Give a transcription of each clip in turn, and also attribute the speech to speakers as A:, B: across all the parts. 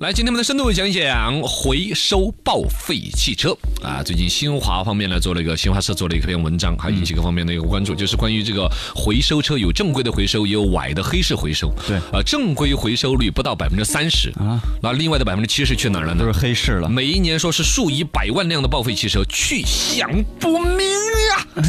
A: 来，今天我们的深度讲一讲回收报废汽车啊。最近新华方面呢做了一个新华社做了一篇文章，还
B: 嗯
A: 引起各方面的一个关注，就是关于这个回收车有正规的回收，也有歪的黑市回收。
C: 对
A: 呃，正规回收率不到百分之三十啊，那另外的百分之七十去哪儿了呢？
C: 都是黑市 了，
A: 每一年说是数以百万辆的报废汽车，去向不明啊！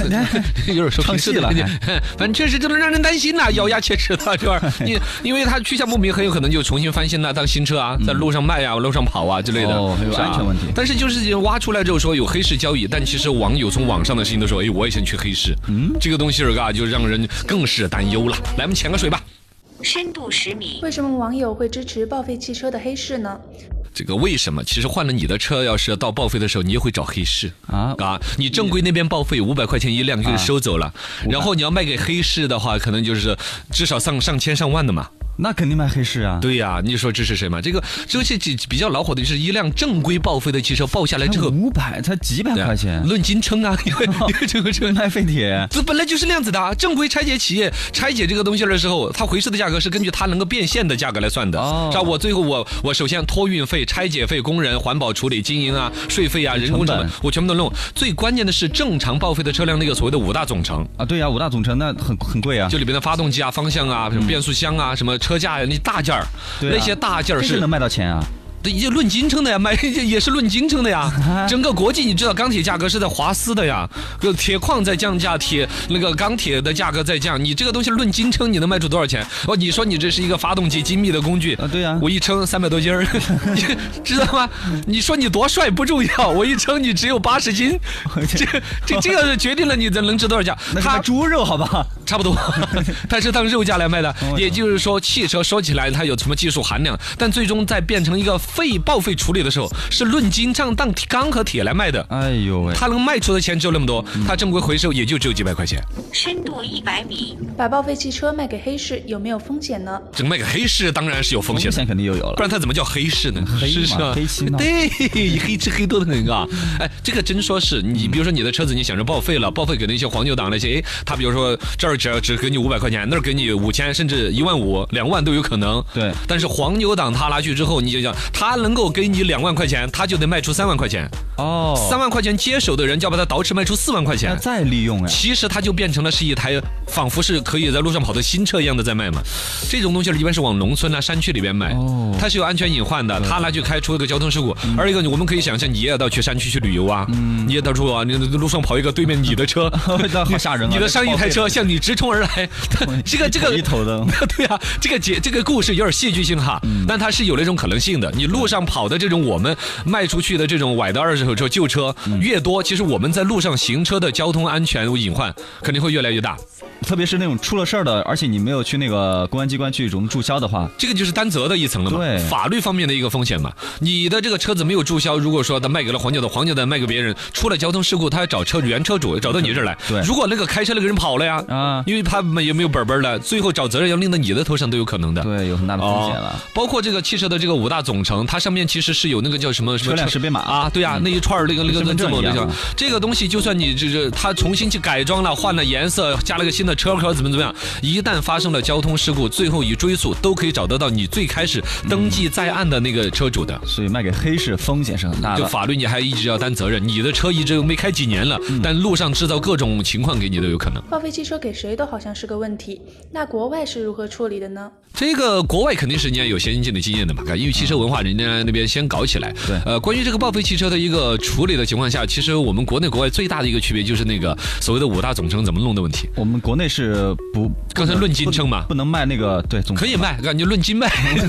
A: 有点说
C: 唱
A: 平时
C: 戏了嗯
A: 的感
C: 还
A: 觉， 反正确实就是让人担心呐、咬牙切齿 的这玩意儿，因因为它去向不明，很有可能就重新翻新呐、当新车啊，在路上卖啊、路上跑啊之类的，
C: 哦还有
A: 是吧
C: 安全问题
A: 但是就是挖出来之后说有黑市交易，但其实网友从网上的事情都说，哎，我也想去黑市，嗯，这个东西儿啊，就让人更是担忧了。来，我们潜个水吧。
D: 深度十米。
E: 为什么网友会支持报废汽车的黑市呢？
A: 这个为什么？其实换了你的车，要是到报废的时候，你也会找黑 市
C: 啊
A: 啊啊！你正规那边报废五百块钱一辆就收走了，然后你要卖给黑市的话，可能就是至少上上千上万的嘛。
C: 那肯定卖黑市啊。
A: 对呀、你说这是谁嘛？这个这个比比较恼火的就是一辆正规报废的汽车报下来之后，
C: 五百才几百
A: 对啊
C: 块钱，
A: 论斤称 啊，因为因为这个车。
C: 卖废铁。
A: 这本来就是那样子的、啊，正规拆解企业拆解这个东西的时候，它回收的价格是根据它能够变现的价格来算的，
C: 哦
A: 是吧？我最后我我首先托运费、拆解费、工人、环保处理、经营啊、税费啊、人工成
C: 成
A: 本，
C: 本
A: 我全部都弄。最关键的是正常报废的车辆那个所谓的五大总成。
C: 啊，对呀、五大总成那很很贵啊，
A: 就里边的发动机啊、方向啊、什么变速箱啊、什么车架呀、那大件儿，
C: 对啊
A: 那些大件儿
C: 这
A: 是
C: 是能卖到钱啊。
A: 对，也论斤称的呀，买 也是论斤称的 呀。整个国际你知道钢铁价格是在滑丝的呀，呃，铁矿在降价，铁那个钢铁的价格在降，你这个东西论斤称你能卖出多少钱？哦，你说你这是一个发动机精密的工具
C: 啊对呀
A: 我一称三百多斤儿， 你知道 吗？你说你多帅不重要，我一称你只有八十 斤，这这这个决定了你的能值多少价。
C: 那是卖猪肉好 吧？
A: 差不多，它是当肉价来卖的
C: 哦。
A: 也就是说，汽车说起来它有什么技术含量，但最终在变成一个废报废处理的时候，是论斤称当钢和铁来卖的。
C: 哎呦喂，
A: 它能卖出的钱只有那么多，它正规回收也就只有几百块钱，
D: 深度一百米。
E: 把报废汽车卖给黑市有没有风险呢？
A: 整卖给黑市当然是有风
C: 风
A: 险的
C: 险。肯定又有
A: 不
C: 了。
A: 然它怎么叫黑市呢？
C: 黑
A: 是
C: 嘛
A: 吧？
C: 黑心啊嘛
A: 对，黑吃黑多的很啊！哎，这个真说是你，比如说你的车子你想着报废了，报废给那些黄牛党那些，哎，他比如说这儿只只给你五百块钱，那儿给你五千，甚至一万五、两万都有可能。
C: 对
A: 但是黄牛党他拿去之后，你就想他能够给你两万块钱，他就得卖出三万块钱，
C: 哦，
A: 三万块钱接手的人就要把它捯饬卖出四万块
C: 那
A: 钱。
C: 再利用呀、啊
A: 其实它就变成了是一台仿佛是可以在路上跑的新车一样的在卖嘛。这种东西一般是往农村啊、山区里边买
C: 哦，嗯
A: 它是有安全隐患的，它拿去开出一个交通事故。而一个我们可以想象，你也到去山区去旅游啊，你也到处啊，你路上跑一个对面你的 车
C: 那好吓人啊
A: 你的上一台车向你直冲 而来，这个这个
C: 一头的 嗯
A: 对啊，这个节这个故事有点戏剧性哈，但它是有那种可能性的。你路上跑的这种我们卖出去的这种崴的二手车旧车
C: 嗯
A: 越多，其实我们在路上行车的交通安全隐患肯定会越来越大。
C: 特别是那种出了事儿的，而且你没有去那个公安机关去主动注销的话，
A: 这个就是担责的一层了嘛
C: 对，
A: 法律方面的一个风险嘛。你的这个车子没有注销，如果说他卖给了黄牛的，黄牛的卖给别人，出了交通事故，他要找车原车主找到你这儿来。
C: 对
A: 如果那个开车那个人跑了呀，
C: 啊
A: 因为他没有没有本本儿了，最后找责任要拎到你的头上都有可能的。
C: 对，有很大的风险
A: 哦
C: 了。。
A: 包括这个汽车的这个五大总成，它上面其实是有那个叫什么什么
C: 车辆
A: 车
C: 识别码嗯
A: 啊，对啊，那一串儿那个那个
C: 身份证
A: 字母
C: 一
A: 那个
C: 样啊，
A: 这个东西就算你这这它重新去改装了，换了颜色，加了个新的车壳，怎么怎么样，一旦发生了交通事故，最后一追溯都可以找得到你最开始登记在案的那个车主的。
C: 所以卖给黑市风险是很大
A: 就
C: 的。
A: 法律你还一直要担责任，你的车一直没开几年了，
C: 嗯
A: 但路上制造各种情况给你都有可能。
E: 报废汽车给谁都好像是个问题，那国外是如何处理的呢？
A: 这个国外肯定是人家有先进的经验的嘛，啊因为汽车文化人家那边先搞起来。
C: 嗯对
A: 呃，关于这个报废汽车的一个处理的情况下，其实我们国内国外最大的一个区别就是那个所谓的五大总成怎么弄的问题。
C: 我们国内是不，
A: 刚才论斤称嘛
C: 不不能卖那个对，总
A: 可以卖，感觉论斤卖，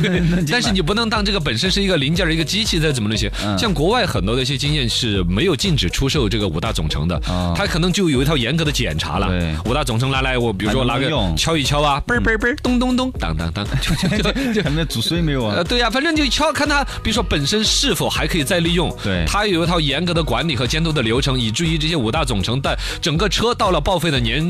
A: 但是你不能当这个本身是一个零件儿、一个机器在怎么那些。
C: 嗯
A: 像国外很多的一些经验是没有禁止出售这个五大总成的
C: 哦，
A: 它可能就有一套严格的检查了
C: 对。
A: 五大总成拿来，我比如说
C: 还能
A: 拿个
C: 用嗯
A: 敲一敲啊，嘣儿嘣儿嘣儿，咚咚咚，当当当，就就就 就
C: 还没祖孙没有啊
A: 呃，？对呀、反正就敲看它，比如说本身是否还可以再利用，
C: 对
A: 它有一套严格的管理和监督的流程，以至于这些五大总成在整个车到了报废的年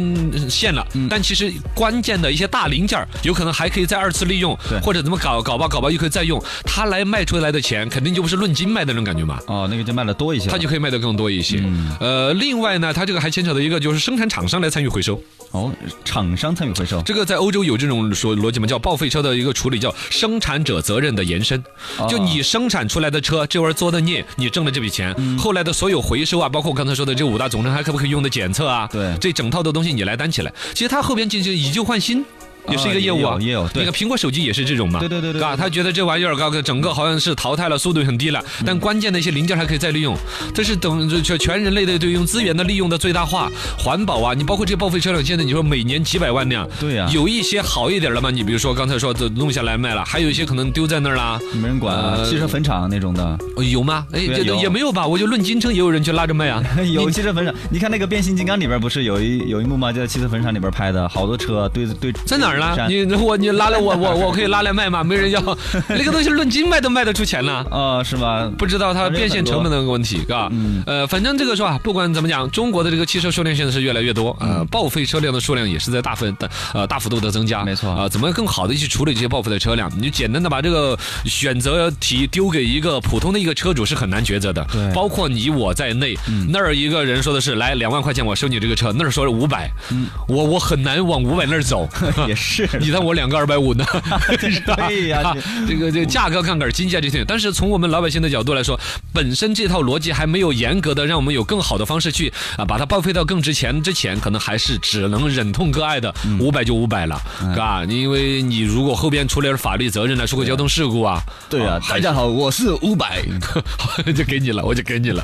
A: 限呃了，
C: 嗯
A: 但其实关键的一些大零件儿有可能还可以再二次利用
C: 对，
A: 或者怎么搞搞吧搞吧又可以再用，他来卖出来的钱肯定就不是论斤卖的那种感觉嘛。
C: 哦，那个就卖的多一些了，
A: 它就可以卖得更多一些。
C: 嗯
A: 呃，另外呢，它这个还牵扯到一个，就是生产厂商来参与回收。
C: 哦，厂商参与回收，
A: 这个在欧洲有这种说逻辑嘛，叫报废车的一个处理，叫生产者责任的延伸。
C: 啊
A: 就你生产出来的车，这玩意儿作的孽，你挣了这笔钱，
C: 嗯
A: 后来的所有回收啊，包括我刚才说的这五大总成，还可不可以用的检测啊，
C: 对
A: 这整套的东西你来担起来。其实它后边进行以旧换新。也是一个业务啊
C: 啊，也有也有对
A: 那个苹果手机也是这种嘛，
C: 对对对对
A: 啊，他觉得这玩意儿搞个整个好像是淘汰了，速度很低了，
C: 嗯
A: 但关键的一些零件还可以再利用，这是等就全全人类的对用资源的利用的最大化，环保啊，你包括这报废车辆，现在你说每年几百万辆，
C: 对呀
A: 有一些好一点的嘛，你比如说刚才说的弄下来卖了，还有一些可能丢在那儿啦，
C: 没人管啊，
A: 呃
C: 汽车坟场那种的，
A: 哦有吗？哎，
C: 嗯对
A: 这
C: 有
A: 也没有吧，我就论斤称也有人去拉着卖 啊，
C: 有汽车坟场。你看那个变形金刚里边不是有一有一幕吗？就在汽车坟场里边拍的，好多车堆堆
A: 在哪儿呢？
C: 山
A: 你我你拉来我我我可以拉来卖吗？没 人要，那个东西论斤卖都卖得出钱呢。
C: 哦，是吧？
A: 不知道它变现成本的问题，嘎、
C: 嗯
A: 呃，反正这个说啊，不管怎么讲，中国的这个汽车数量现在是越来越多，
C: 嗯
A: 呃，报废车辆的数量也是在大分的呃大幅度的增加，
C: 没错
A: 啊、怎么更好的去处理这些报废的车辆？你简单的把这个选择题丢给一个普通的一个车主是很难抉择的，
C: 对嗯
A: 包括你我在内，那儿一个人说的是来两万块钱我收你这个车，那儿说是五百、我我很难往五百那儿走，
C: 嗯 也是，
A: 你让我两个二百五呢？ 是吧
C: 对呀
A: 啊
C: 是
A: 这个这个价格杠杆儿金价这些，但是从我们老百姓的角度来说，本身这套逻辑还没有严格的让我们有更好的方式去啊把它报废到更值钱之前，可能还是只能忍痛割爱的，
C: 嗯
A: 五百就五百了，啊，因为你如果后边出了法律责任呢，出个交通事故啊，
C: 对啊，
A: 还
C: 大家好，我是伍佰。
A: 就给你了，我就给你了。